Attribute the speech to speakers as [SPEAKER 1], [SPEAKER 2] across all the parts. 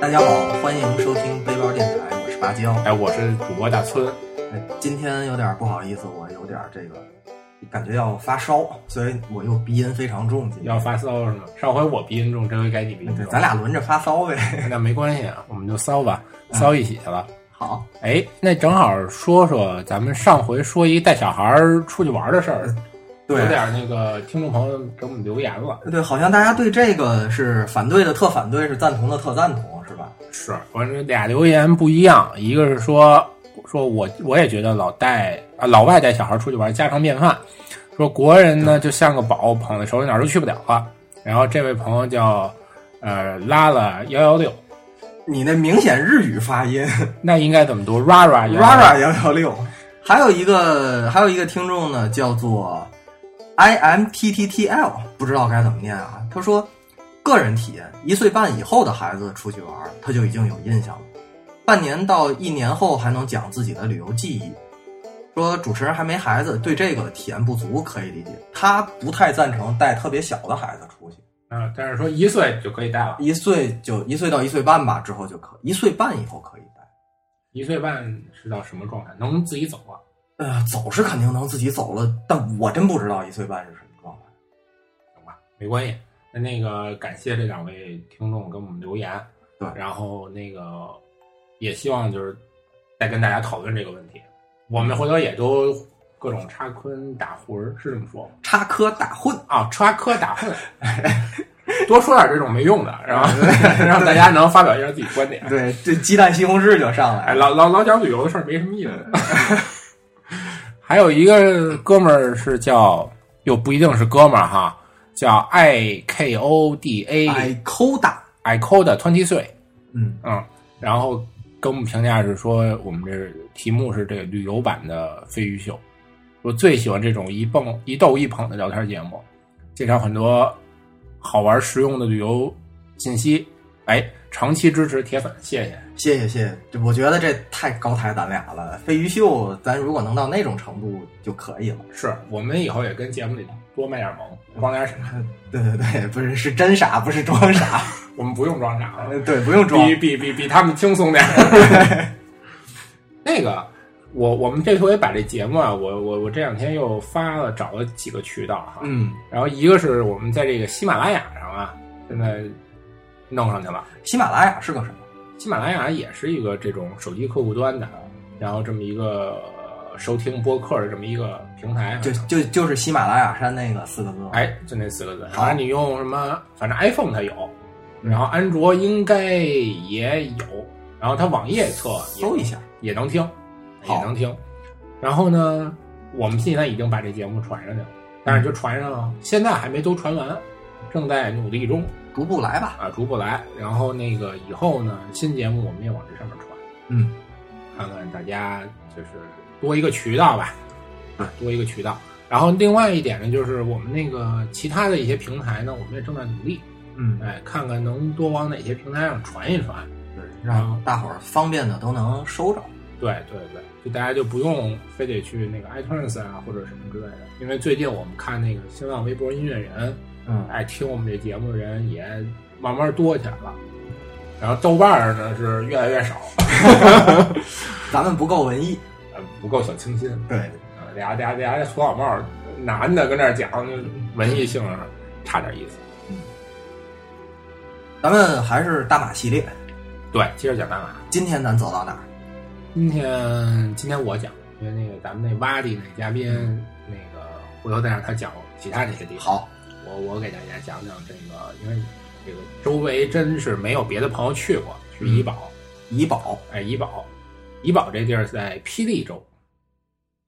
[SPEAKER 1] 大家好，欢迎收听背包电台，我是芭蕉。
[SPEAKER 2] 哎，我是主播大村，
[SPEAKER 1] 哎，今天有点不好意思，我有点这个感觉要发烧，所以我又鼻音非常重。今天
[SPEAKER 2] 要发骚是吗？上回我鼻音重，这回该你鼻音
[SPEAKER 1] 对，
[SPEAKER 2] 重。
[SPEAKER 1] 咱俩轮着发骚呗。
[SPEAKER 2] 那没关系啊，我们就骚吧，骚一起去了。
[SPEAKER 1] 好，
[SPEAKER 2] 哎，那正好说说咱们上回说一带小孩儿出去玩的事儿，有
[SPEAKER 1] 对
[SPEAKER 2] 点那个听众朋友给我们留言了。
[SPEAKER 1] 对，好像大家对这个是反对的特反对，是赞同的特赞同，是吧？
[SPEAKER 2] 是，我这俩留言不一样，一个是说说我我也觉得老带啊老外带小孩出去玩家常便饭，说国人呢就像个宝捧在手里哪儿都去不了了。然后这位朋友叫呃拉拉幺幺六，
[SPEAKER 1] 你那明显日语发音
[SPEAKER 2] 那应该怎么读？ra ra
[SPEAKER 1] ，rara 幺幺六。还有一个，还有一个听众呢，叫做 i m t t t l，不知道该怎么念啊。他说，个人体验，一岁半以后的孩子出去玩，他就已经有印象了。半年到一年后还能讲自己的旅游记忆。说主持人还没孩子，对这个体验不足可以理解。他不太赞成带特别小的孩子出去，
[SPEAKER 2] 啊，但是说一岁就可以带了，
[SPEAKER 1] 一岁就一岁到一岁半吧，之后就可，一岁半以后可以带。
[SPEAKER 2] 一岁半是到什么状态？能自己走啊？
[SPEAKER 1] 呃，走是肯定能自己走了，但我真不知道一岁半是什么状态。
[SPEAKER 2] 行吧，没关系。那那个感谢这两位听众给我们留言，
[SPEAKER 1] 对
[SPEAKER 2] 然后那个也希望就是再跟大家讨论这个问题。我们回头也都各种插科打诨儿，是这么说吗？
[SPEAKER 1] 插科打诨，
[SPEAKER 2] 啊，插科打诨， 多说点这种没用的， 然后让大家能发表一下自己观点。
[SPEAKER 1] 对，这鸡蛋西红柿就上来
[SPEAKER 2] 哎，
[SPEAKER 1] 了。
[SPEAKER 2] 老老老讲旅游的事儿没什么意思。还有一个哥们儿是叫，又不一定是哥们儿哈，叫 I K O D A
[SPEAKER 1] 哎，抠打，
[SPEAKER 2] I c o d a Twenty Three，
[SPEAKER 1] 嗯，
[SPEAKER 2] 嗯，然后跟我们评价是说，我们这题目是这个旅游版的飞鱼秀，我最喜欢这种一蹦一逗一捧的聊天节目，介绍很多好玩实用的旅游信息。哎，长期支持铁粉，谢谢。
[SPEAKER 1] 谢谢谢谢，这我觉得这太高抬咱俩了。飞鱼秀，咱如果能到那种程度就可以了。
[SPEAKER 2] 是我们以后也跟节目里多卖点萌，装点傻，
[SPEAKER 1] 对对对，不是是真傻，不是装傻。
[SPEAKER 2] 我们不用装傻啊了，
[SPEAKER 1] 对，不用装
[SPEAKER 2] 比。比比比他们轻松点。 那个，我我们这回把这节目啊，我我我这两天又发了，找了几个渠道哈，
[SPEAKER 1] 嗯，
[SPEAKER 2] 然后一个是我们在这个喜马拉雅上啊，现在弄上去了。
[SPEAKER 1] 喜马拉雅是个什么？
[SPEAKER 2] 喜马拉雅也是一个这种手机客户端的，然后这么一个呃收听播客的这么一个平台，啊
[SPEAKER 1] 就就就是喜马拉雅山那个四个字吗。
[SPEAKER 2] 哎，就那四个字。
[SPEAKER 1] 好
[SPEAKER 2] 反正你用什么，反正 iPhone 它有，然后安卓应该也有，然后它网页侧也
[SPEAKER 1] 搜一下。
[SPEAKER 2] 也能听，也
[SPEAKER 1] 好
[SPEAKER 2] 能听。然后呢，我们现在已经把这节目传上去了，但是就传上了，现在还没都传完，正在努力中
[SPEAKER 1] 逐步来吧。
[SPEAKER 2] 啊，逐步来。然后那个以后呢，新节目我们也往这上面传，
[SPEAKER 1] 嗯，
[SPEAKER 2] 看看大家就是多一个渠道吧，
[SPEAKER 1] 对
[SPEAKER 2] 啊，多一个渠道。然后另外一点呢，就是我们那个其他的一些平台呢，我们也正在努力，
[SPEAKER 1] 嗯，
[SPEAKER 2] 哎，看看能多往哪些平台上传一传。
[SPEAKER 1] 对，让大伙儿方便的都能收着。
[SPEAKER 2] 对对对，就大家就不用非得去那个 iTunes 啊或者什么之类的，因为最近我们看那个新浪微博音乐人，
[SPEAKER 1] 嗯，
[SPEAKER 2] 爱听我们这节目的人也慢慢多起来了，然后豆瓣儿呢是越来越少，
[SPEAKER 1] 咱们不够文艺。
[SPEAKER 2] 呃，不够小清新，
[SPEAKER 1] 对，
[SPEAKER 2] 啊，俩俩俩俩胡小帽儿男的跟这儿讲文艺性质差点意思。
[SPEAKER 1] 咱们还是大马系列。
[SPEAKER 2] 对，接着讲大马。
[SPEAKER 1] 今天咱走到哪儿？
[SPEAKER 2] 今天今天我讲，因为那个咱们那洼地那嘉宾，那个回头再让他讲其他这些地方。
[SPEAKER 1] 好，
[SPEAKER 2] 我我给大家讲讲这个，因为这个周围真是没有别的朋友去过，去
[SPEAKER 1] 嗯
[SPEAKER 2] 怡保，
[SPEAKER 1] 怡保，
[SPEAKER 2] 哎，怡保，怡保这地儿在霹雳州，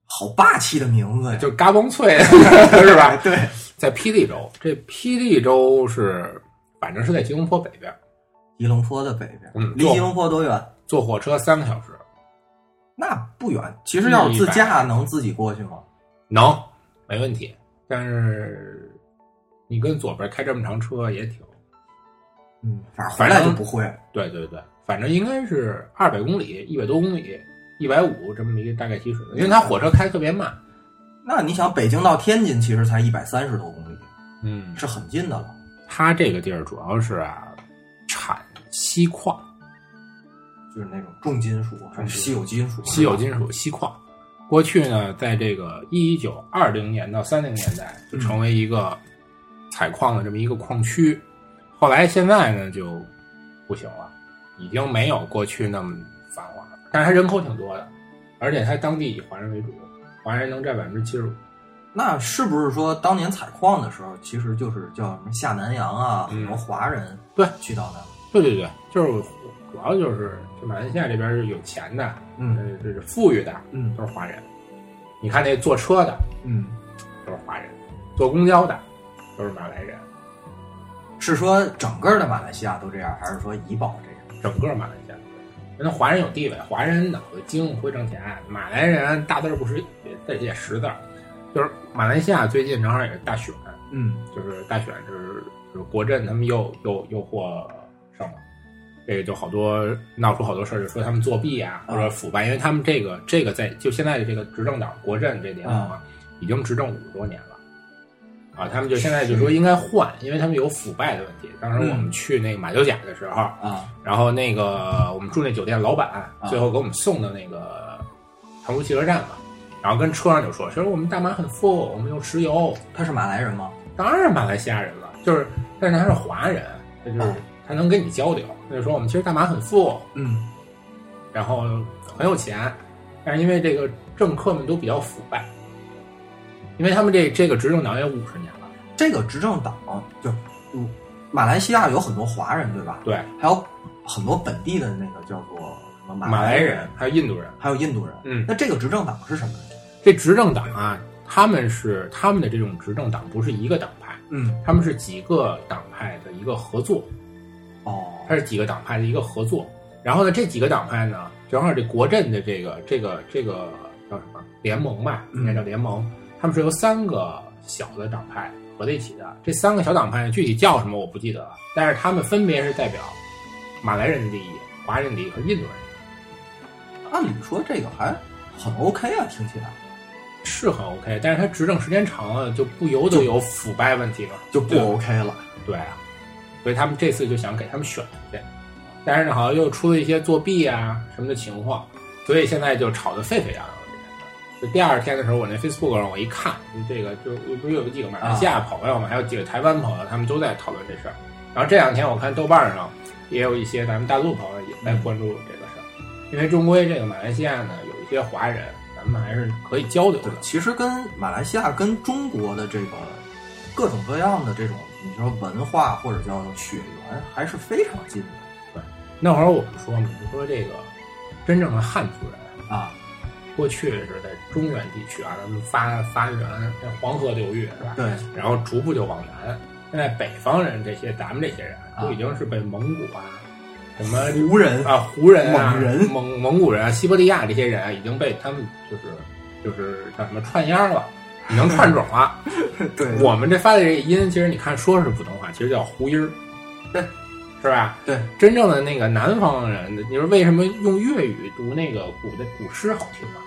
[SPEAKER 1] 好霸气的名字呀！
[SPEAKER 2] 就嘎嘣脆 是
[SPEAKER 1] 哎
[SPEAKER 2] 吧？
[SPEAKER 1] 对，
[SPEAKER 2] 在霹雳州，这霹雳州是反正是在吉隆坡北边，
[SPEAKER 1] 吉隆坡的北边，
[SPEAKER 2] 嗯
[SPEAKER 1] 离
[SPEAKER 2] 坐
[SPEAKER 1] 吉隆坡多远？
[SPEAKER 2] 坐火车三个小时，
[SPEAKER 1] 那不远。其实要是自驾，能自己过去吗？
[SPEAKER 2] 能没问题。但是你跟左边开这么长车也挺……
[SPEAKER 1] 嗯，反正回来就不会。
[SPEAKER 2] 对对对，反正应该是二百公里、一百多公里、一百五这么一个大概基准，因为它火车开特别慢。
[SPEAKER 1] 那你想，北京到天津其实才一百三十多公里，
[SPEAKER 2] 嗯，
[SPEAKER 1] 是很近的了。
[SPEAKER 2] 它这个地儿主要是啊，产锡矿、
[SPEAKER 1] 就是那种重金属，还是稀有金属？
[SPEAKER 2] 稀有金属、锡矿。过去呢，在这个一九二零年到三零年代，就成为一个采矿的这么一个矿区。后来现在呢，就不行了，已经没有过去那么繁华了。但是它人口挺多的，而且它当地以华人为主，华人能占百分之七十五。
[SPEAKER 1] 那是不是说当年采矿的时候，其实就是叫什么下南洋啊，
[SPEAKER 2] 嗯
[SPEAKER 1] 很多华人
[SPEAKER 2] 对
[SPEAKER 1] 去到那儿？
[SPEAKER 2] 对对对，就是主要就是就马来西亚这边是有钱的，
[SPEAKER 1] 嗯
[SPEAKER 2] 呃，就是富裕的，
[SPEAKER 1] 嗯
[SPEAKER 2] 都是华人。你看那坐车的
[SPEAKER 1] 嗯，
[SPEAKER 2] 都是华人，坐公交的都是马来人，
[SPEAKER 1] 是说整个的马来西亚都这样，还是说怡保这样？
[SPEAKER 2] 整个马来西亚都是。因为华人有地位，华人脑子精会挣钱，马来人大字儿不识，这也识字儿。就是马来西亚最近正好也是大选，
[SPEAKER 1] 嗯，
[SPEAKER 2] 就是大选就是就是国阵他们又又又获胜了，这个就好多闹出好多事儿，就说他们作弊啊
[SPEAKER 1] 啊
[SPEAKER 2] 或者腐败，因为他们这个这个在就现在的这个执政党国阵这联盟啊，已经执政五十多年了。啊，他们就现在就说应该换，因为他们有腐败的问题。当时我们去那个马六甲的时候，
[SPEAKER 1] 啊，
[SPEAKER 2] 然后那个我们住那酒店老板最后给我们送到那个长途汽车站嘛，然后跟车上就说，其实我们大马很富，我们有石油，
[SPEAKER 1] 他是马来人吗？
[SPEAKER 2] 当然马来西亚人了，就是，但是他是华人，他就是
[SPEAKER 1] 啊
[SPEAKER 2] 他能跟你交流。他就说我们其实大马很富，
[SPEAKER 1] 嗯，
[SPEAKER 2] 然后很有钱，但是因为这个政客们都比较腐败，因为他们这这个执政党也五十年了，
[SPEAKER 1] 这个执政党就，嗯，马来西亚有很多华人对吧？
[SPEAKER 2] 对，
[SPEAKER 1] 还有很多本地的那个叫做什么
[SPEAKER 2] 马来
[SPEAKER 1] 来
[SPEAKER 2] 人，还有印度人，
[SPEAKER 1] 还有印度人。
[SPEAKER 2] 嗯，
[SPEAKER 1] 那这个执政党是什么人？
[SPEAKER 2] 这执政党啊，他们是他们的这种执政党不是一个党派，
[SPEAKER 1] 嗯，
[SPEAKER 2] 他们是几个党派的一个合作，
[SPEAKER 1] 哦，
[SPEAKER 2] 它是几个党派的一个合作。然后呢，这几个党派呢，正好这国阵的这个这个这个叫什么联盟吧，
[SPEAKER 1] 嗯
[SPEAKER 2] 应该叫联盟，他们是由三个小的党派合在一起的。这三个小党派具体叫什么我不记得了，但是他们分别是代表马来人的利益、华人的利益和印度人的利益，
[SPEAKER 1] 按理说这个还很 OK 啊，听起来
[SPEAKER 2] 是很 OK。但是他执政时间长了，就不由得有腐败问题了，
[SPEAKER 1] 就不
[SPEAKER 2] 对
[SPEAKER 1] OK 了。
[SPEAKER 2] 对啊，所以他们这次就想给他们选一下，但是呢，好像又出了一些作弊啊什么的情况，所以现在就吵得沸沸扬扬的这件事儿。就第二天的时候，我那 Facebook 上我一看，就这个就不是有几个马来西亚朋友嘛，还有几个台湾朋友，他们都在讨论这事儿。然后这两天我看豆瓣上也有一些咱们大陆朋友也在关注这个事儿，因为终归这个马来西亚呢有一些华人，咱们还是可以交流的
[SPEAKER 1] 对，。啊其实跟马来西亚跟中国的这个各种各样的这种你说文化或者叫血缘还是非常近的
[SPEAKER 2] 那会儿我们说嘛，就说这个真正的汉族人。
[SPEAKER 1] 啊。
[SPEAKER 2] 过去是在中原地区啊，咱们发发源在黄河流域是吧？
[SPEAKER 1] 对，
[SPEAKER 2] 然后逐步就往南。现在北方人这些，咱们这些人都已经是被蒙古啊、什么
[SPEAKER 1] 胡呃人
[SPEAKER 2] 啊胡人啊、
[SPEAKER 1] 嗯蒙人
[SPEAKER 2] 蒙蒙古人啊、西伯利亚这些人啊，已经被他们就是就是叫什么串秧 了，已经串种了。
[SPEAKER 1] 对，
[SPEAKER 2] 我们这发的这个音，其实你看说是普通话，其实叫胡音儿，
[SPEAKER 1] 对，
[SPEAKER 2] 是吧？
[SPEAKER 1] 对，
[SPEAKER 2] 真正的那个南方人，你说为什么用粤语读那个古的古诗好听啊？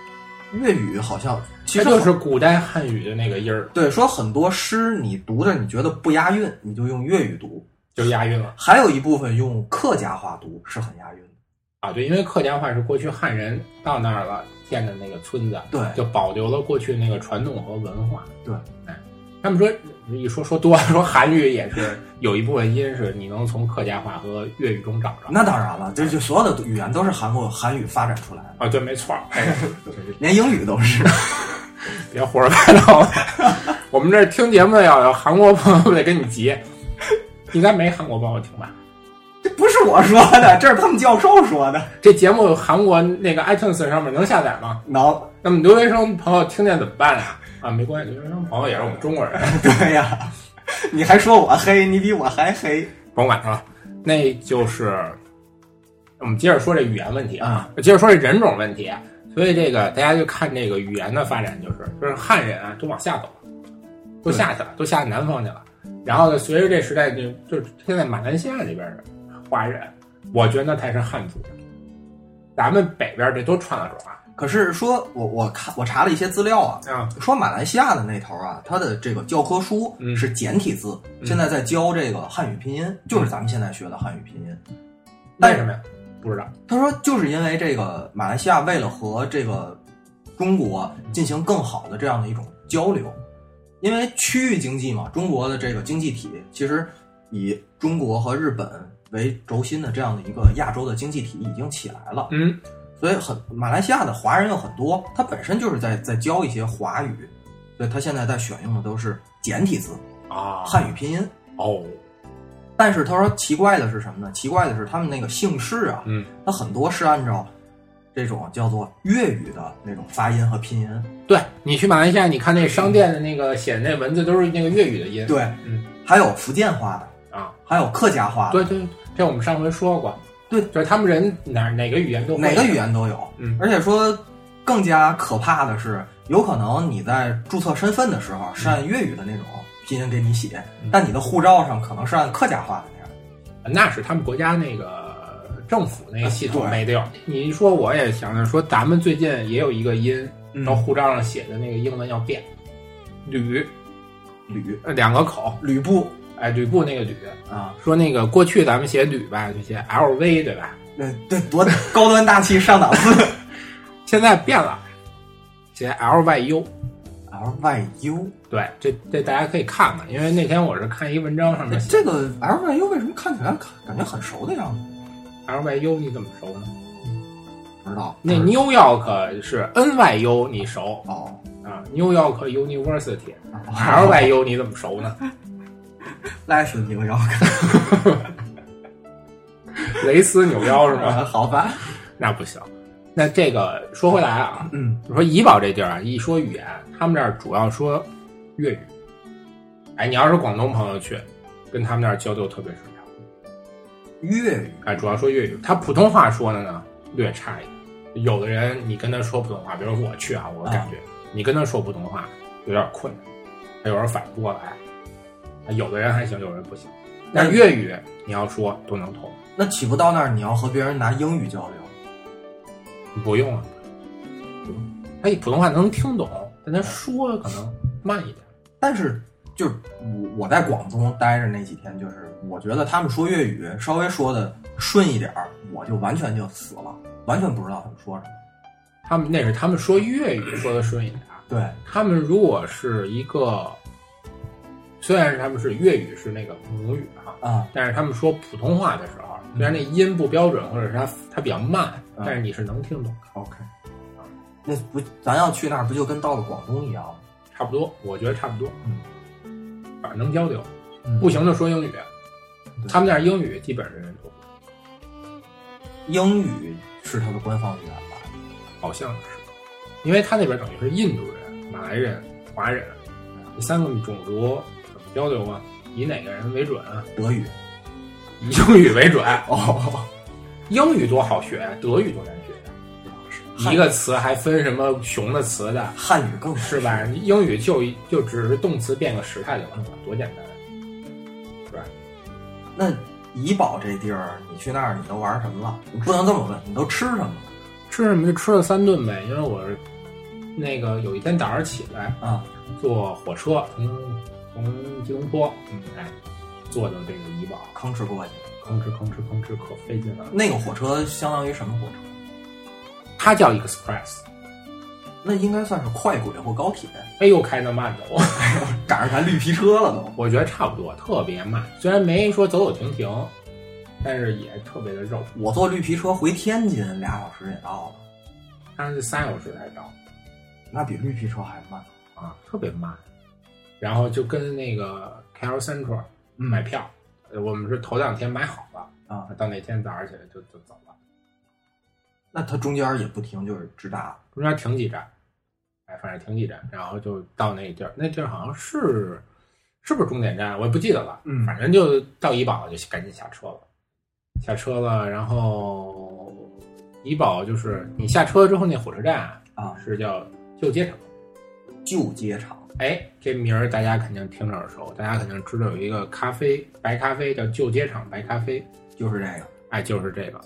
[SPEAKER 1] 粤语好像其
[SPEAKER 2] 它
[SPEAKER 1] 实
[SPEAKER 2] 就是古代汉语的那个音儿，
[SPEAKER 1] 哎对说很多诗你读着你觉得不押韵，你就用粤语读；
[SPEAKER 2] 就押韵了
[SPEAKER 1] 还有一部分用客家话读是很押韵的。
[SPEAKER 2] 啊。对，因为客家话是过去汉人到那儿了建的那个村子，
[SPEAKER 1] 对，
[SPEAKER 2] 就保留了过去那个传统和文化。
[SPEAKER 1] 对，
[SPEAKER 2] 哎，他们说一说说多了，说韩语也是有一部分音是你能从客家话和粤语中找着。
[SPEAKER 1] 那当然了，这就所有的语言都是韩国韩语发展出来的，
[SPEAKER 2] 啊，对，没错儿，哎，就是
[SPEAKER 1] 连英语都是。
[SPEAKER 2] 别胡说八道了。 我们这儿听节目的要有韩国朋友得跟你急，应该没韩国朋友听吧？
[SPEAKER 1] 这不是我说的，这是他们教授说的。
[SPEAKER 2] 这节目韩国那个 iTunes 上面能下载吗？
[SPEAKER 1] 能、
[SPEAKER 2] 那么留学生朋友听见怎么办呀、啊？没关系，留学生朋友也是我们中国人，
[SPEAKER 1] 对呀、你还说我黑，你比我还黑。
[SPEAKER 2] 甭管啊。那就是我们接着说这语言问题啊，
[SPEAKER 1] 啊，
[SPEAKER 2] 接着说这人种问题。啊所以这个大家就看这个语言的发展，就是就是汉人啊都往下走了，都下去了，都下南方去了。然后呢，随着这时代就就是现在马来西亚这边的华人，我觉得才是汉族。咱们北边这都串了啊种
[SPEAKER 1] 可是说我我看我查了一些资料啊，
[SPEAKER 2] 啊啊，
[SPEAKER 1] 说马来西亚的那头啊，它的这个教科书
[SPEAKER 2] 嗯
[SPEAKER 1] 是简体字，
[SPEAKER 2] 嗯
[SPEAKER 1] 现在在教这个汉语拼音，就是咱们现在学的汉语拼音。
[SPEAKER 2] 为什么呀？不知道。
[SPEAKER 1] 他说，就是因为这个马来西亚为了和这个中国进行更好的这样的一种交流，因为区域经济嘛，中国的这个经济体其实以中国和日本为轴心的这样的一个亚洲的经济体已经起来了，
[SPEAKER 2] 嗯，
[SPEAKER 1] 所以很马来西亚的华人有很多，他本身就是在在教一些华语，所以他现在在选用的都是简体字、
[SPEAKER 2] 啊，
[SPEAKER 1] 汉语拼音。
[SPEAKER 2] 哦，
[SPEAKER 1] 但是他说奇怪的是什么呢？奇怪的是他们那个姓氏啊，
[SPEAKER 2] 嗯，
[SPEAKER 1] 它很多是按照这种叫做粤语的那种发音和拼音。
[SPEAKER 2] 对你去马来西亚，你看那商店的那个写的那文字都是那个粤语的音。
[SPEAKER 1] 对，
[SPEAKER 2] 嗯
[SPEAKER 1] 还有福建话的，
[SPEAKER 2] 啊，
[SPEAKER 1] 还有客家话的，
[SPEAKER 2] 对对，对这我们上回说过。
[SPEAKER 1] 对
[SPEAKER 2] 就是他们人哪哪个语言都会
[SPEAKER 1] 哪个语言都有。
[SPEAKER 2] 嗯
[SPEAKER 1] 而且说更加可怕的是，有可能你在注册身份的时候是按粤语的那种拼音给你写，
[SPEAKER 2] 嗯
[SPEAKER 1] 但你的护照上可能是按客家话的那样。
[SPEAKER 2] 那是他们国家那个政府那个系统
[SPEAKER 1] 啊对
[SPEAKER 2] 没得有。你一说我也想着说，咱们最近也有一个音，然后
[SPEAKER 1] 后
[SPEAKER 2] 护照上写的那个英文要变，
[SPEAKER 1] 嗯
[SPEAKER 2] 吕
[SPEAKER 1] 吕
[SPEAKER 2] 呃两个口，
[SPEAKER 1] 吕布
[SPEAKER 2] 哎，吕布那个吕，
[SPEAKER 1] 啊，
[SPEAKER 2] 说那个过去咱们写吕吧，就写 LV 对吧？
[SPEAKER 1] 那这多高端大气上档 次。
[SPEAKER 2] 现在变了，写 LYU。
[SPEAKER 1] L Y U，
[SPEAKER 2] 对，这这大家可以看看，因为那天我是看一文章上面写
[SPEAKER 1] 哎这个 L Y U 为什么看起来感觉很熟的样子？
[SPEAKER 2] LYU 你怎么熟呢？
[SPEAKER 1] 不知道。
[SPEAKER 2] 那 New York 是 NYU 你熟
[SPEAKER 1] 哦
[SPEAKER 2] 啊，New York University
[SPEAKER 1] ，L
[SPEAKER 2] LYU 你怎么熟呢？
[SPEAKER 1] Life 牛腰
[SPEAKER 2] 蕾丝扭腰是吗？
[SPEAKER 1] 好吧，
[SPEAKER 2] 那不行。那这个说回来啊，
[SPEAKER 1] 嗯，
[SPEAKER 2] 就说怡保这地儿啊，一说语言，他们这儿主要说粤语。哎，你要是广东朋友去，跟他们那儿交流特别顺畅。
[SPEAKER 1] 粤语
[SPEAKER 2] 哎，主要说粤语，他普通话说的呢略差一点。有的人你跟他说普通话，比如说我去啊，我感觉你跟他说普通话有点困难，他有时候反应不过来。哎有的人还行，有人不行。但粤语你要说都能通，
[SPEAKER 1] 那岂不到那儿你要和别人拿英语交流？
[SPEAKER 2] 不用啊。他普通话能听懂，但他说可能慢一点。
[SPEAKER 1] 但是就是我我在广东待着那几天，就是我觉得他们说粤语稍微说的顺一点儿，我就完全就死了，完全不知道他们说什么。
[SPEAKER 2] 他们那是他们说粤语说的顺一点啊，
[SPEAKER 1] 对，
[SPEAKER 2] 他们如果是一个，虽然他们是粤语是那个母语哈、
[SPEAKER 1] 啊，
[SPEAKER 2] 但是他们说普通话的时候，
[SPEAKER 1] 嗯
[SPEAKER 2] 虽然那音不标准，或者是它它比较慢，
[SPEAKER 1] 嗯
[SPEAKER 2] 但是你是能听懂，
[SPEAKER 1] OK，那不咱要去那儿不就跟到了广东一样吗？
[SPEAKER 2] 差不多，我觉得差不多，
[SPEAKER 1] 嗯，
[SPEAKER 2] 反正能交流。
[SPEAKER 1] 嗯
[SPEAKER 2] 不行就说英语，他们那儿英语基本人人都会，
[SPEAKER 1] 英语是他的官方语言吧？
[SPEAKER 2] 好像是，因为他那边等于是印度人、马来人、华人这三个种族怎么交流啊？以哪个人为准啊？
[SPEAKER 1] 德语
[SPEAKER 2] 以英语为准，
[SPEAKER 1] 哦，
[SPEAKER 2] 英语多好学，啊德语多难学呀。一个词还分什么熊的词的，
[SPEAKER 1] 汉语更
[SPEAKER 2] 是吧？英语就一就只是动词变个时态就完了，多简单。啊
[SPEAKER 1] 那怡保这地儿，你去那儿你都玩什么了？你不能这么问，你都吃什么了
[SPEAKER 2] 吃什么就吃了三顿呗，因为我是那个有一天早上起来
[SPEAKER 1] 啊？
[SPEAKER 2] 坐火车从从吉隆坡，
[SPEAKER 1] 嗯，
[SPEAKER 2] 哎，坐到这个怡保，
[SPEAKER 1] 吭哧过去。
[SPEAKER 2] 吭哧吭哧吭哧可费劲了。
[SPEAKER 1] 那个火车相当于什么火车？
[SPEAKER 2] 它叫 Express，
[SPEAKER 1] 那应该算是快轨或高铁，
[SPEAKER 2] 哎呦开那慢的我。
[SPEAKER 1] 赶上咱绿皮车了都。
[SPEAKER 2] 我觉得差不多，特别慢。虽然没说走走停停，但是也特别的肉。
[SPEAKER 1] 我坐绿皮车回天津俩小时也到了，
[SPEAKER 2] 它是三小时才到
[SPEAKER 1] 那比绿皮车还慢。
[SPEAKER 2] 啊，特别慢。然后就跟那个 KL Central
[SPEAKER 1] 嗯
[SPEAKER 2] 买票，呃我们是头两天买好了，
[SPEAKER 1] 啊，
[SPEAKER 2] 到哪天早上起来就就走了，
[SPEAKER 1] 那它中间也不停，就是直达。
[SPEAKER 2] 中间停几站，哎，反正停几站，然后就到那地儿，那地儿好像是是不是终点站，我也不记得了，
[SPEAKER 1] 嗯
[SPEAKER 2] 反正就到怡保就赶紧下车了。下车了，然后怡保就是你下车之后那火车站啊
[SPEAKER 1] 啊，
[SPEAKER 2] 是叫旧街场。
[SPEAKER 1] 旧街场
[SPEAKER 2] 哎，这名儿大家肯定听着耳熟，大家肯定知道有一个咖啡白咖啡叫旧街场白咖啡，
[SPEAKER 1] 就是这个。
[SPEAKER 2] 哎，就是这个。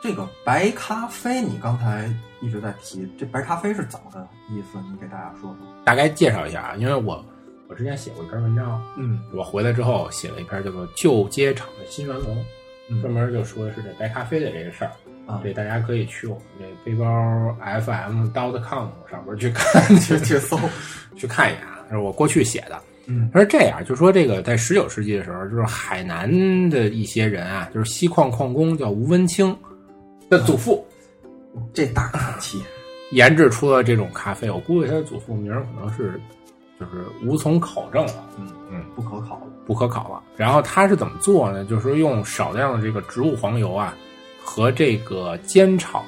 [SPEAKER 1] 这个白咖啡，你刚才一直在提，这白咖啡是怎么个意思？你给大家说说。
[SPEAKER 2] 大概介绍一下啊，因为我我之前写过一篇文章，
[SPEAKER 1] 嗯
[SPEAKER 2] 我回来之后写了一篇叫做《旧街场的新元龙》，
[SPEAKER 1] 嗯
[SPEAKER 2] 专门就说的是这白咖啡的这个事儿。
[SPEAKER 1] 啊，
[SPEAKER 2] 对，大家可以去我们这背包 FM dot com 上面去看，去
[SPEAKER 1] 去搜。
[SPEAKER 2] 去看一眼啊，是我过去写的。
[SPEAKER 1] 嗯
[SPEAKER 2] 他说这样，就说这个在十九世纪的时候，就是海南的一些人啊，就是锡矿矿工叫吴文清的祖父
[SPEAKER 1] 这大口气，
[SPEAKER 2] 研制出了这种咖啡。我估计他的祖父名儿可能是就是无从考证了，
[SPEAKER 1] 嗯
[SPEAKER 2] 嗯，
[SPEAKER 1] 不可考了。
[SPEAKER 2] 不可考了。然后他是怎么做呢？就是说用少量的这个植物黄油啊，和这个煎炒，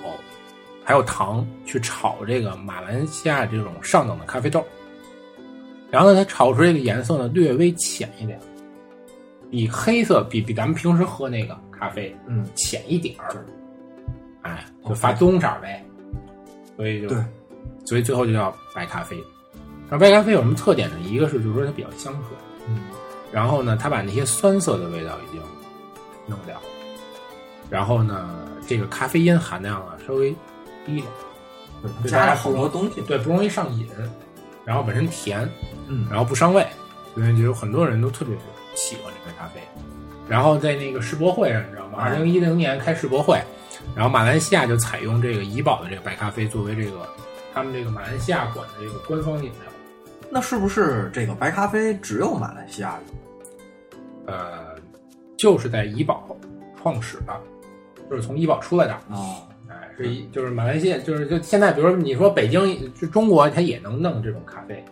[SPEAKER 2] 还有糖去炒这个马来西亚这种上等的咖啡豆。然后呢，它炒出这个颜色呢略微浅一点，比黑色比比咱们平时喝那个咖啡
[SPEAKER 1] 嗯，
[SPEAKER 2] 浅一点儿，哎，就发棕色儿呗。所以就
[SPEAKER 1] 对，
[SPEAKER 2] 所以最后就叫白咖啡。那白咖啡有什么特点呢？一个是就是说它比较香醇，
[SPEAKER 1] 嗯
[SPEAKER 2] 然后呢，他把那些酸涩的味道已经弄掉了，然后呢，这个咖啡因含量啊稍微低一点，
[SPEAKER 1] 对，
[SPEAKER 2] 对
[SPEAKER 1] 加
[SPEAKER 2] 大
[SPEAKER 1] 了
[SPEAKER 2] 家
[SPEAKER 1] 好多东西。
[SPEAKER 2] 对，不容易上瘾，然后本身甜，
[SPEAKER 1] 嗯
[SPEAKER 2] 然后不伤胃，所以就有很多人都特别喜欢这杯咖啡。然后在那个世博会上，你知道吗？二零一零年开世博会，然后马来西亚就采用这个怡宝的这个白咖啡作为这个他们这个马来西亚馆的这个官方饮料。
[SPEAKER 1] 那是不是这个白咖啡只有马来西亚有？
[SPEAKER 2] 呃，就是在怡保创始的，就是从怡保出来的。
[SPEAKER 1] 哦，
[SPEAKER 2] 哎，是一就是马来西亚，就是就现在，比如说你说北京，就中国它也能弄这种咖啡，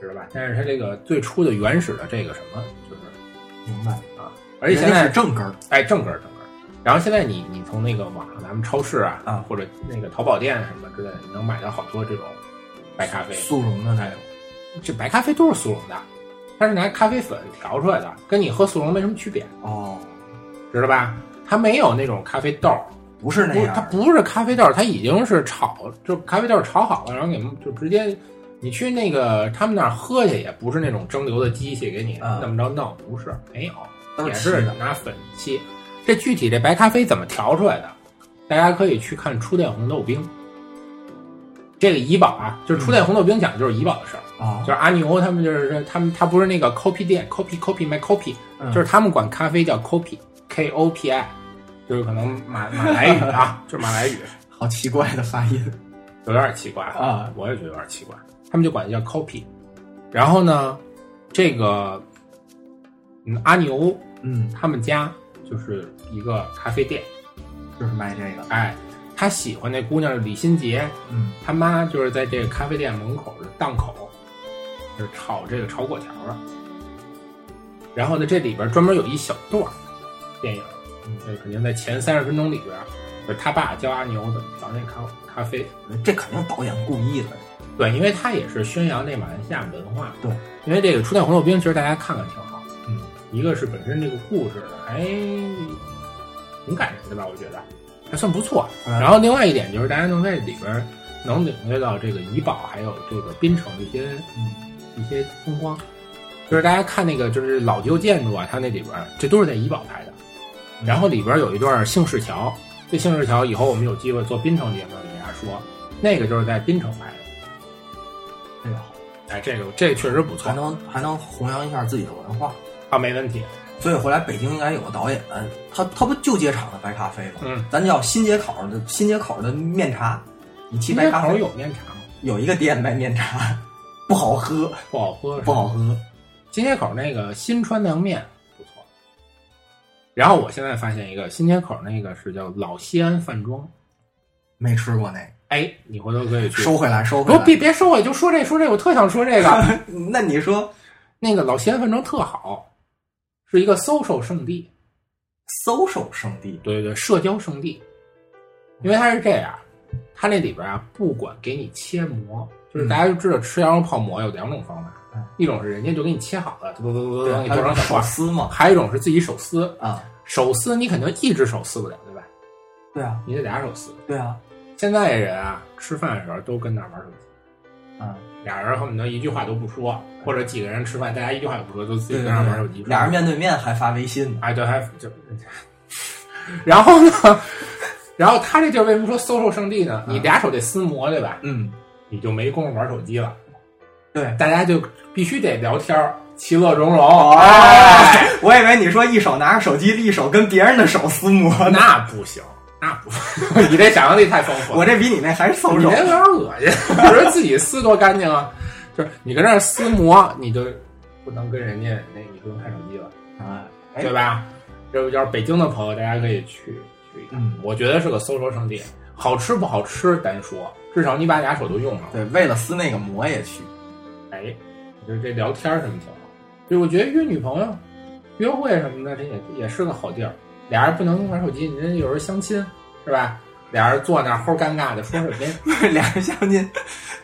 [SPEAKER 2] 知道吧？但是它这个最初的原始的这个什么，就是
[SPEAKER 1] 明白。
[SPEAKER 2] 啊，而且现
[SPEAKER 1] 人家
[SPEAKER 2] 在
[SPEAKER 1] 是正根儿。
[SPEAKER 2] 哎正根儿正根儿。然后现在你你从那个网上咱们超市啊，
[SPEAKER 1] 啊
[SPEAKER 2] 或者那个淘宝店什么之类的，你能买到好多这种白咖啡。
[SPEAKER 1] 速溶的那种。
[SPEAKER 2] 这白咖啡都是速溶的，它是拿咖啡粉调出来的，跟你喝速溶没什么区别，
[SPEAKER 1] 哦，
[SPEAKER 2] 知道吧？它没有那种咖啡豆儿，
[SPEAKER 1] 不是那
[SPEAKER 2] 不，
[SPEAKER 1] 样
[SPEAKER 2] 它
[SPEAKER 1] 儿。
[SPEAKER 2] 不是咖啡豆，它已经是炒，就咖啡豆炒好了，然后给就直接，你去那个他们那儿喝去，也不是那种蒸馏的机器给你
[SPEAKER 1] 啊
[SPEAKER 2] 那么着弄，不是，没有，
[SPEAKER 1] 都
[SPEAKER 2] 也
[SPEAKER 1] 是
[SPEAKER 2] 是
[SPEAKER 1] 沏的
[SPEAKER 2] 拿粉沏。这具体这白咖啡怎么调出来的，大家可以去看《初恋红豆冰》。这个怡宝啊，就是《
[SPEAKER 1] 嗯
[SPEAKER 2] 初恋红豆冰》讲的就是怡宝的事儿，
[SPEAKER 1] 啊
[SPEAKER 2] 就，是阿牛他们就是他们他不是那个 copy 店 copy copy 卖 copy，
[SPEAKER 1] 嗯
[SPEAKER 2] 就是他们管咖啡叫 copy k o p i，就是可能马马来语 啊，就是马来语
[SPEAKER 1] 好奇怪的发音
[SPEAKER 2] 有点奇怪，
[SPEAKER 1] 啊。
[SPEAKER 2] 我也觉得有点奇怪，他们就管叫 copy。然后呢，这个嗯阿牛
[SPEAKER 1] 嗯，
[SPEAKER 2] 他们家就是一个咖啡店，
[SPEAKER 1] 就是卖这个。
[SPEAKER 2] 哎，他喜欢那姑娘李心洁，
[SPEAKER 1] 嗯，
[SPEAKER 2] 他妈就是在这个咖啡店门口的档口，就是炒这个炒粿条的。然后呢，这里边专门有一小段儿电影，呃，肯定在前三十分钟里边，就是他爸教阿牛怎么调那咖咖啡。
[SPEAKER 1] 这肯定导演故意的。
[SPEAKER 2] 对，因为他也是宣扬这马来西亚文化。
[SPEAKER 1] 对，
[SPEAKER 2] 因为这个《初代红豆冰》，其实大家看看挺好。
[SPEAKER 1] 嗯，
[SPEAKER 2] 一个是本身这个故事还挺感人的吧，我觉得还算不错。
[SPEAKER 1] 嗯
[SPEAKER 2] 然后另外一点就是，大家能在里边儿能领略到这个怡保还有这个槟城的一些
[SPEAKER 1] 嗯，
[SPEAKER 2] 一些风光。就是大家看那个，就是老旧建筑啊，它那里边儿这都是在怡保拍的。然后里边儿有一段杏市桥，这杏市桥以后我们有机会做槟城节目给大家说，那个就是在槟城拍的。
[SPEAKER 1] 这个好，
[SPEAKER 2] 哎，这个这个确实不错
[SPEAKER 1] 还能还能弘扬一下自己的文化。
[SPEAKER 2] 啊，没问题。
[SPEAKER 1] 所以回来北京应该有个导演，他他不就街场的白咖啡吗？
[SPEAKER 2] 嗯，
[SPEAKER 1] 咱叫新街口的新街口的面茶，你去
[SPEAKER 2] 新
[SPEAKER 1] 白
[SPEAKER 2] 街
[SPEAKER 1] 咖
[SPEAKER 2] 口
[SPEAKER 1] 啡
[SPEAKER 2] 有面茶吗？
[SPEAKER 1] 有一个店卖面茶，不好喝，
[SPEAKER 2] 不好喝，
[SPEAKER 1] 不好。喝。
[SPEAKER 2] 新街口那个新川凉面不错。然后我现在发现一个新街口那个是叫老西安饭庄，
[SPEAKER 1] 没吃过那个，
[SPEAKER 2] 哎，你回头可以去。
[SPEAKER 1] 收回来，收回
[SPEAKER 2] 不
[SPEAKER 1] 来。
[SPEAKER 2] 别别收我就说这说这，我特想说这个
[SPEAKER 1] 那你说
[SPEAKER 2] 那个老西安饭庄特好，是一个 social 圣地，
[SPEAKER 1] social 圣地，
[SPEAKER 2] 对对，社交圣地，因为它是这样，它那里边啊，不管给你切馍，就是大家就知道吃羊肉泡馍有两种方法，
[SPEAKER 1] 嗯
[SPEAKER 2] 一种是人家就给你切好了，嘟嘟嘟嘟嘟，
[SPEAKER 1] 对，啊
[SPEAKER 2] 你
[SPEAKER 1] 还
[SPEAKER 2] 剁
[SPEAKER 1] 有
[SPEAKER 2] 成小块
[SPEAKER 1] 手
[SPEAKER 2] 儿；
[SPEAKER 1] 撕嘛
[SPEAKER 2] 还有一种是自己手撕，
[SPEAKER 1] 啊，
[SPEAKER 2] 手撕你肯定一只手撕不了，对吧？
[SPEAKER 1] 对啊，
[SPEAKER 2] 你得俩手撕。
[SPEAKER 1] 对啊，
[SPEAKER 2] 现在人啊，吃饭的时候都跟那儿玩手机，
[SPEAKER 1] 嗯，
[SPEAKER 2] 俩人恨不得一句话都不说，或者几个人吃饭，大家一句话也不说，都自己
[SPEAKER 1] 对
[SPEAKER 2] 跟
[SPEAKER 1] 对
[SPEAKER 2] 那儿玩手
[SPEAKER 1] 对
[SPEAKER 2] 机。，
[SPEAKER 1] 俩人面对面还发微信呢，
[SPEAKER 2] 哎，对，还就，然后呢，然后他这地儿为什么说 social 圣地呢？
[SPEAKER 1] 嗯
[SPEAKER 2] 你俩手得撕磨，对吧？
[SPEAKER 1] 嗯，
[SPEAKER 2] 你就没工夫玩手机了，
[SPEAKER 1] 对。
[SPEAKER 2] 大家就必须得聊天儿，其乐融融。
[SPEAKER 1] 哎，我以为你说一手拿着手机，一手跟别人的手撕磨 呢。
[SPEAKER 2] 那不行，那不， 你这想象力太丰富了。
[SPEAKER 1] 我这比你那还是
[SPEAKER 2] 你
[SPEAKER 1] 搔
[SPEAKER 2] 那有
[SPEAKER 1] 首。
[SPEAKER 2] 点恶心， 你说自己撕多干净啊？就是你跟那儿撕磨，你就不能跟人家那，你不能看手机了，
[SPEAKER 1] 啊，哎
[SPEAKER 2] 对吧？这要是北京的朋友，大家可以去去一趟，
[SPEAKER 1] 嗯
[SPEAKER 2] 我觉得是个搜索圣地。好吃不好吃单说，至少你把俩手都用上了。
[SPEAKER 1] 对，为了撕那个膜也去。
[SPEAKER 2] 哎，就这聊天儿什么挺好。就我觉得约女朋友、约会什么的，这也也是个好地儿。俩人不能玩手机，你这有时候相亲是吧？俩人坐那儿齁尴尬的说什么呀？
[SPEAKER 1] 俩人相亲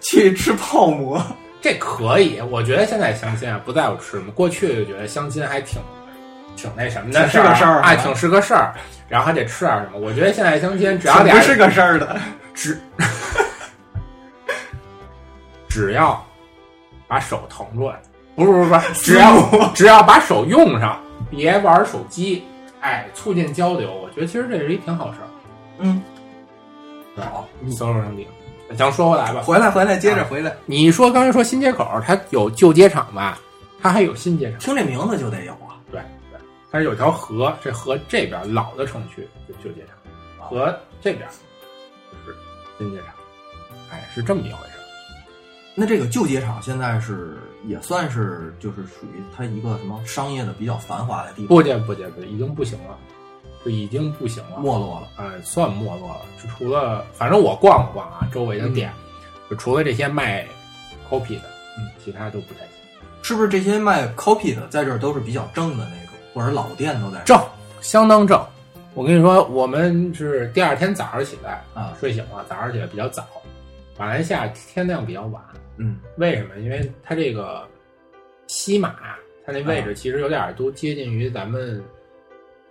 [SPEAKER 1] 去吃泡馍，
[SPEAKER 2] 这可以，我觉得现在相亲啊不在乎吃什么，过去就觉得相亲还挺挺那什么的
[SPEAKER 1] 挺是个事儿
[SPEAKER 2] 啊，
[SPEAKER 1] 是吧
[SPEAKER 2] 挺是个事儿，然后还得吃点什么。我觉得现在相亲只要
[SPEAKER 1] 挺
[SPEAKER 2] 俩
[SPEAKER 1] 不
[SPEAKER 2] 人
[SPEAKER 1] 是个事儿的。
[SPEAKER 2] 只只要把手腾出来，不是不是不是，只
[SPEAKER 1] 思
[SPEAKER 2] 要只要把手用上，别玩手机，哎，促进交流，我觉得其实这是一挺好事儿。
[SPEAKER 1] 嗯，
[SPEAKER 2] 对吧
[SPEAKER 1] 好，
[SPEAKER 2] 搜索上顶，咱说回来吧，
[SPEAKER 1] 回来回来，接
[SPEAKER 2] 啊
[SPEAKER 1] 着回来。
[SPEAKER 2] 你说刚才说新街口，它有旧街场吧？它还有新街场，
[SPEAKER 1] 听这名字就得有啊。
[SPEAKER 2] 对对。但是有条河，这河这边老的城区就旧街场，河这边就是新街场，哎，是这么一回事儿。
[SPEAKER 1] 那这个旧街场现在是也算是就是属于它一个什么商业的比较繁华的地方，
[SPEAKER 2] 不接不接不接，已经不行了，就已经不行了，
[SPEAKER 1] 没落了。
[SPEAKER 2] 呃，算没落了。就除了反正我逛了逛啊，周围的店，就除了这些卖 copy 的，
[SPEAKER 1] 嗯，
[SPEAKER 2] 其他都不太行。
[SPEAKER 1] 是不是这些卖 copy 的在这儿都是比较正的那种，或者老店都在这
[SPEAKER 2] 正，相当正。我跟你说，我们是第二天早上起来，
[SPEAKER 1] 儿啊？
[SPEAKER 2] 睡醒了，早上起来比较早，马来西亚天亮比较晚。
[SPEAKER 1] 嗯，
[SPEAKER 2] 为什么？因为它这个西马，它那
[SPEAKER 1] 啊
[SPEAKER 2] 位置其实有点儿都接近于咱们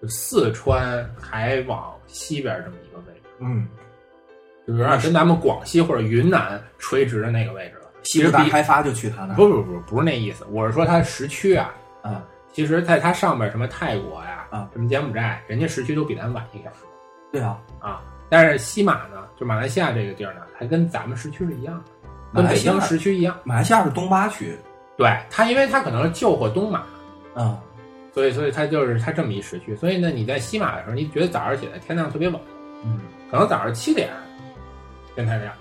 [SPEAKER 2] 就四川还往西边这么一个位置，
[SPEAKER 1] 嗯，
[SPEAKER 2] 就有点跟咱们广西或者云南垂直的那个位置了。其
[SPEAKER 1] 西
[SPEAKER 2] 实
[SPEAKER 1] 部大
[SPEAKER 2] 比
[SPEAKER 1] 开发就去他那儿。
[SPEAKER 2] 不不不不是那意思，我是说它时区啊，
[SPEAKER 1] 啊，
[SPEAKER 2] 其实在它上边什么泰国呀、
[SPEAKER 1] 啊
[SPEAKER 2] 什么柬埔寨，人家时区都比咱晚一个小时
[SPEAKER 1] 对啊，
[SPEAKER 2] 啊。但是西马呢，就马来西亚这个地儿呢，它跟咱们时区是一样的，跟
[SPEAKER 1] 马来
[SPEAKER 2] 北
[SPEAKER 1] 西亚
[SPEAKER 2] 京时区一样。
[SPEAKER 1] 马来西亚是东八区。
[SPEAKER 2] 对它，因为它可能是旧或东马，
[SPEAKER 1] 嗯，
[SPEAKER 2] 所以，所以它就是它这么一时区。所以呢，你在西马的时候，你觉得早上起来天亮特别晚，
[SPEAKER 1] 嗯
[SPEAKER 2] 可能早上七点天才亮，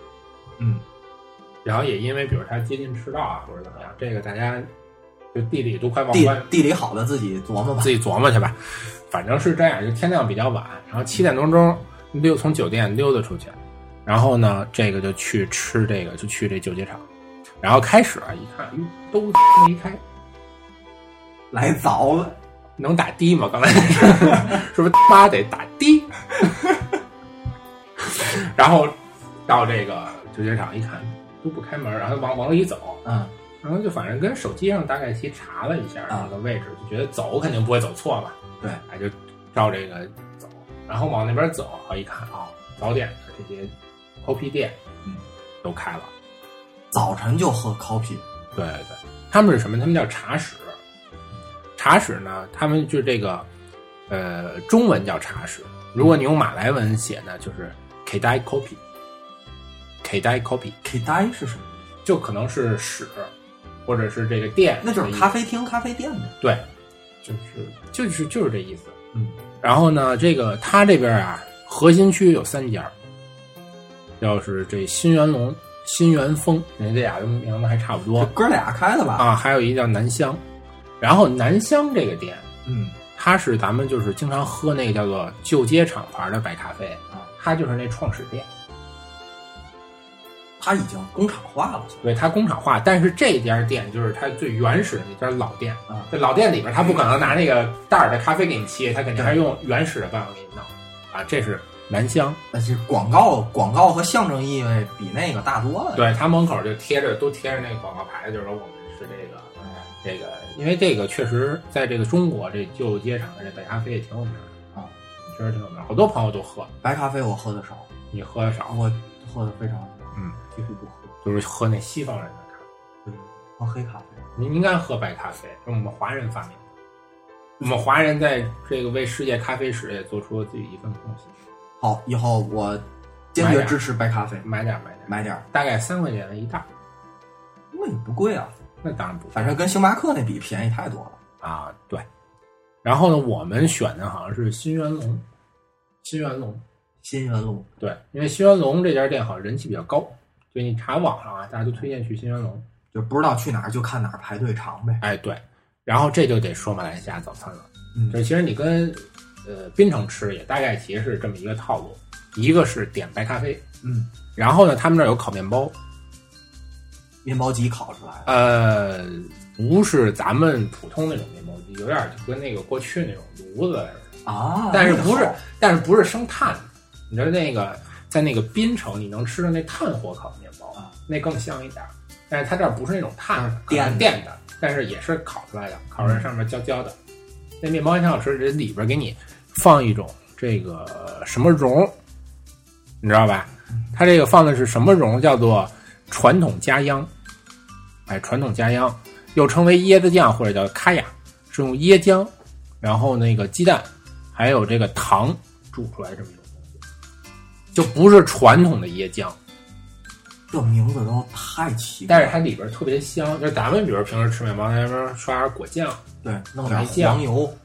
[SPEAKER 1] 嗯，
[SPEAKER 2] 然后也因为比如它接近赤道啊或者怎么样，这个大家就地理都快忘
[SPEAKER 1] 地
[SPEAKER 2] 关，
[SPEAKER 1] 地理好的自己琢磨吧
[SPEAKER 2] 自。己琢磨去吧。反正是这样，就天亮比较晚，然后七点多钟溜从酒店溜达出去，然后呢，这个就去吃这个，就去这旧街场，然后开始啊，一看哟都没开，
[SPEAKER 1] 来早了，
[SPEAKER 2] 能打的吗？刚才 是是不是他妈得打的？ 然后到这个旧街场一看都不开门，然后往往里走，
[SPEAKER 1] 嗯，
[SPEAKER 2] 然后就反正跟手机上大概其查了一下
[SPEAKER 1] 啊
[SPEAKER 2] 那个位置，就觉得走肯定不会走错嘛，
[SPEAKER 1] 对，
[SPEAKER 2] 哎就照这个走，然后往那边走，然后一看啊、早点的这些 OP 店，
[SPEAKER 1] 嗯，
[SPEAKER 2] 都开了。
[SPEAKER 1] 早晨就喝 copy，
[SPEAKER 2] 对对，对，他们是什么？他们叫茶室。茶室呢，他们就这个，呃，中文叫茶室。如果你用马来文写呢，就是 k d a i kopi。k d a i kopi
[SPEAKER 1] k 呆是什么？
[SPEAKER 2] 就可能是室，或者是这个店，
[SPEAKER 1] 那就是咖。啡厅、咖啡店呗。
[SPEAKER 2] 对，就是就是就是这意思。
[SPEAKER 1] 嗯，
[SPEAKER 2] 然后呢，这个他这边啊，核心区有三家，要是这新元龙、新元丰，人家这俩名字还差不多
[SPEAKER 1] 这。哥俩开的吧？
[SPEAKER 2] 啊，还有一个叫南香。然后南香这个店，
[SPEAKER 1] 嗯
[SPEAKER 2] 它是咱们就是经常喝那个叫做旧街厂牌的白咖啡
[SPEAKER 1] 啊，
[SPEAKER 2] 它就是那创始店，
[SPEAKER 1] 它已经工厂化了，
[SPEAKER 2] 对，它工厂化。但是这家店就是它最原始的那家老店，
[SPEAKER 1] 啊
[SPEAKER 2] 这老店里边它不可能拿那个袋儿的咖啡给你切，它肯定还是用原始的办法给你弄啊。这是南香，
[SPEAKER 1] 那这广告广告和象征意味比那个大多了。
[SPEAKER 2] 对，它门口就贴着都贴着那个广告牌，就是说我们是这个这个，因为这个确实在这个中国这旧街厂的这白咖啡也挺有名的。啊确实挺有名儿。好多朋友都喝，
[SPEAKER 1] 白咖啡我喝的少，
[SPEAKER 2] 你喝的少，
[SPEAKER 1] 我喝的非常少，
[SPEAKER 2] 嗯，
[SPEAKER 1] 几乎不喝。
[SPEAKER 2] 就是喝那西方人的咖啡。
[SPEAKER 1] 对，喝黑咖啡。
[SPEAKER 2] 你应该喝白咖啡，是我们华人发明的。我们华人在这个为世界咖啡史也做出了自己一份贡献。
[SPEAKER 1] 好，以后我坚决支持白咖啡，
[SPEAKER 2] 买点儿买点儿，
[SPEAKER 1] 买点儿，
[SPEAKER 2] 大概三块钱一袋儿，
[SPEAKER 1] 那也不贵啊，
[SPEAKER 2] 那当然不贵
[SPEAKER 1] 反正跟星巴克那比便宜太多了。
[SPEAKER 2] 啊，对。然后呢，我们选的好像是新源龙，新源龙。
[SPEAKER 1] 新源路
[SPEAKER 2] 对，因为新源龙这家店好像人气比较高，所以你查网上啊，大家都推荐去新源龙。
[SPEAKER 1] 就不知道去哪儿，就看哪儿排队长呗。
[SPEAKER 2] 哎，对，然后这就得说马来西亚早餐了，
[SPEAKER 1] 嗯
[SPEAKER 2] 就是其实你跟呃槟城吃也大概其实是这么一个套路，一个是点白咖啡，
[SPEAKER 1] 嗯，
[SPEAKER 2] 然后呢，他们这儿有烤面包，
[SPEAKER 1] 面包机烤出来的，
[SPEAKER 2] 呃，不是咱们普通那种面包机，有点儿就跟那个过去那种炉子似的，
[SPEAKER 1] 啊，
[SPEAKER 2] 但是
[SPEAKER 1] 那个
[SPEAKER 2] 不是
[SPEAKER 1] 好，
[SPEAKER 2] 但是不是生炭的，你知道那个在那个槟城你能吃的那炭火烤面包
[SPEAKER 1] 啊，
[SPEAKER 2] 那更香一点儿，但是它这儿不是那种炭的，
[SPEAKER 1] 嗯电的嗯
[SPEAKER 2] 电电的，但是也是烤出来的，烤出来上面焦焦的，那面包还挺好吃，这里边给你放一种这个什么蓉，你知道吧？它这个放的是什么蓉？叫做传统家央，哎，传统家央又称为椰子酱或者叫卡雅，是用椰浆，然后那个鸡蛋，还有这个糖煮出来这么一种东西，就不是传统的椰浆，
[SPEAKER 1] 这名字都太奇怪
[SPEAKER 2] 但
[SPEAKER 1] 了。
[SPEAKER 2] 是它里边特别香。就是咱们比如平时吃面包，那边刷点果酱、
[SPEAKER 1] 对，弄
[SPEAKER 2] 白
[SPEAKER 1] 点
[SPEAKER 2] 酱
[SPEAKER 1] 黄油，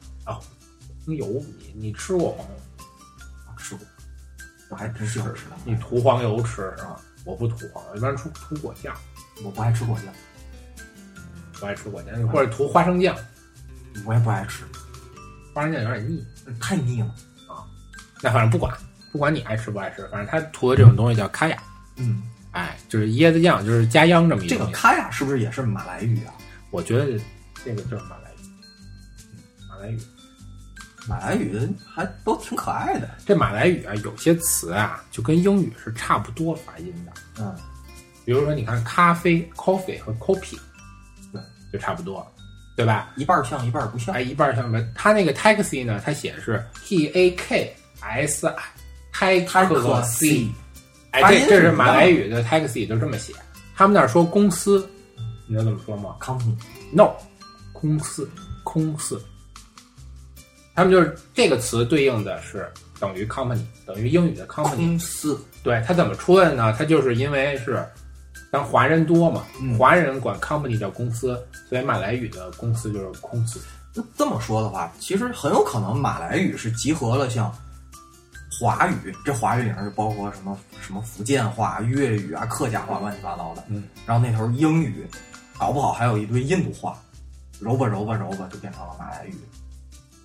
[SPEAKER 2] 油，你你吃过吗？
[SPEAKER 1] 我吃过，我还挺喜欢吃的。
[SPEAKER 2] 你涂黄油吃是吧？我不涂黄油，一般涂涂果酱，
[SPEAKER 1] 我不爱吃果酱，
[SPEAKER 2] 我爱吃果酱，或者涂花生酱，
[SPEAKER 1] 我也不爱吃，
[SPEAKER 2] 花生酱有点腻。
[SPEAKER 1] 太腻了。
[SPEAKER 2] 那反正不管，不管你爱吃不爱吃，反正他涂的这种东西叫卡雅，
[SPEAKER 1] 嗯，
[SPEAKER 2] 哎，就是椰子酱，就是加央这么一
[SPEAKER 1] 这个
[SPEAKER 2] 东西
[SPEAKER 1] 卡雅是不是也是马来语啊？
[SPEAKER 2] 我觉得这个就是马来语，嗯马来语
[SPEAKER 1] 马来语还都挺可爱的。
[SPEAKER 2] 这马来语啊，有些词啊就跟英语是差不多发音的，
[SPEAKER 1] 嗯，
[SPEAKER 2] 比如说你看咖啡 （coffee） 和 copy，
[SPEAKER 1] 对，
[SPEAKER 2] 就差不多，对吧？
[SPEAKER 1] 一半儿像，一半儿不像
[SPEAKER 2] 哎，。一半儿像什么？他那个 taxi 呢，他写的是 t a k s i t a
[SPEAKER 1] Taco
[SPEAKER 2] c
[SPEAKER 1] C
[SPEAKER 2] 哎，
[SPEAKER 1] 发音
[SPEAKER 2] 这这
[SPEAKER 1] 是
[SPEAKER 2] 是
[SPEAKER 1] 一
[SPEAKER 2] 马
[SPEAKER 1] 样
[SPEAKER 2] 来语的 taxi 就这么写。他们那儿说公司，你知道怎么说吗
[SPEAKER 1] company
[SPEAKER 2] ？No，公司，公司。他们就是这个词对应的是等于 company，等于英语的 company。
[SPEAKER 1] 公司，
[SPEAKER 2] 对，它怎么出来呢？它就是因为是咱华人多嘛，
[SPEAKER 1] 嗯
[SPEAKER 2] 华人管 company 叫公司，所以马来语的公司就是公司。
[SPEAKER 1] 那这么说的话，其实很有可能马来语是集合了像华语，这华语里面就包括什么什么福建话、粤语啊、客家话，乱七八糟的。
[SPEAKER 2] 嗯，
[SPEAKER 1] 然后那头英语，搞不好还有一堆印度话，揉吧揉吧揉吧，就变成了马来语。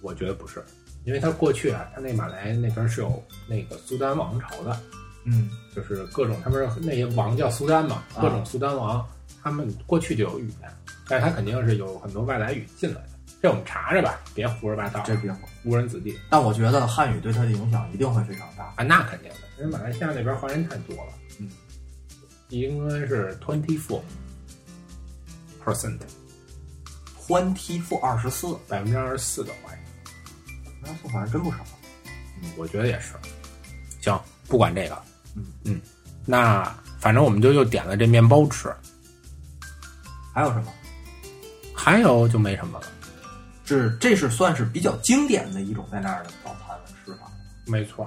[SPEAKER 2] 我觉得不是，因为它过去啊，它那马来那边是有那个苏丹王朝的，
[SPEAKER 1] 嗯，
[SPEAKER 2] 就是各种他们那些王叫苏丹嘛，
[SPEAKER 1] 啊
[SPEAKER 2] 各种苏丹王，他们过去就有语言，但是他肯定是有很多外来语进来的。这我们查查吧，别胡说八道，
[SPEAKER 1] 这变化。
[SPEAKER 2] 误人子弟
[SPEAKER 1] 但我觉得汉语对它的影响一定会非常大。
[SPEAKER 2] 啊，那肯定的，因为马来西亚那边华人太多了，
[SPEAKER 1] 嗯，
[SPEAKER 2] 应该是 twenty four percent，
[SPEAKER 1] 欢 T 负二十四，
[SPEAKER 2] 百分之二十四的华人，
[SPEAKER 1] 二十四好像真不少。
[SPEAKER 2] 嗯，我觉得也是。行，不管这个，
[SPEAKER 1] 嗯
[SPEAKER 2] 嗯，那反正我们就又点了这面包吃，
[SPEAKER 1] 还有什么？
[SPEAKER 2] 还有就没什么了。
[SPEAKER 1] 是这是算是比较经典的一种在那儿的早餐的吃法。
[SPEAKER 2] 没错，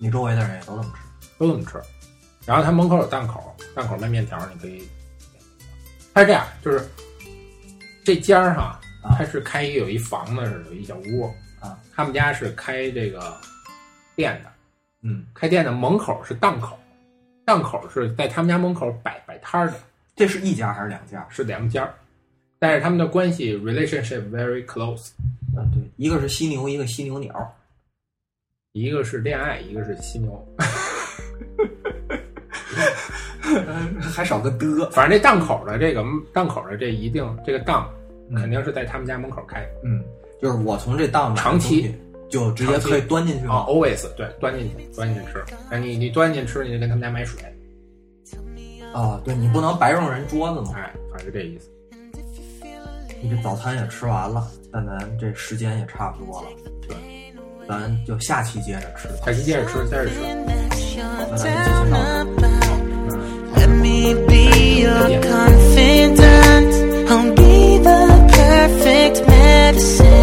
[SPEAKER 1] 你周围的人也都这么吃。
[SPEAKER 2] 都这么吃。然后他门口有档口，档口卖面条，你可以。他是这样，就是这家儿哈，
[SPEAKER 1] 啊
[SPEAKER 2] 他是开一有一房子似的，有一小屋
[SPEAKER 1] 啊。
[SPEAKER 2] 他们家是开这个店的，
[SPEAKER 1] 嗯，
[SPEAKER 2] 开店的门口是档口，档口是在他们家门口摆摆摊儿的，
[SPEAKER 1] 这是一家还是两家？
[SPEAKER 2] 是两家儿。但是他们的关系 relationship very close，
[SPEAKER 1] 嗯，对，一个是犀牛，一个犀牛鸟。
[SPEAKER 2] 一个是恋爱，一个是犀牛。
[SPEAKER 1] 还少个的。
[SPEAKER 2] 反正这档口的这个档口的这一定这个档
[SPEAKER 1] 嗯
[SPEAKER 2] 肯定是在他们家门口开的。
[SPEAKER 1] 嗯，就是我从这档买的
[SPEAKER 2] 长期
[SPEAKER 1] 东西就直接可以端进去
[SPEAKER 2] 啊
[SPEAKER 1] 吗？
[SPEAKER 2] ，always 对，端进去，端进去吃。那你你端进去吃，你就跟他们家买水，
[SPEAKER 1] 啊，对你不能白用人桌子嘛。
[SPEAKER 2] 哎，反正这意思。
[SPEAKER 1] 你这早餐也吃完了，但咱这时间也差不多了。
[SPEAKER 2] 对，
[SPEAKER 1] 咱就下期接着吃。
[SPEAKER 2] 下期接着吃，接着吃。嗯
[SPEAKER 3] Let me be your confidant. I'll be the perfect medicine.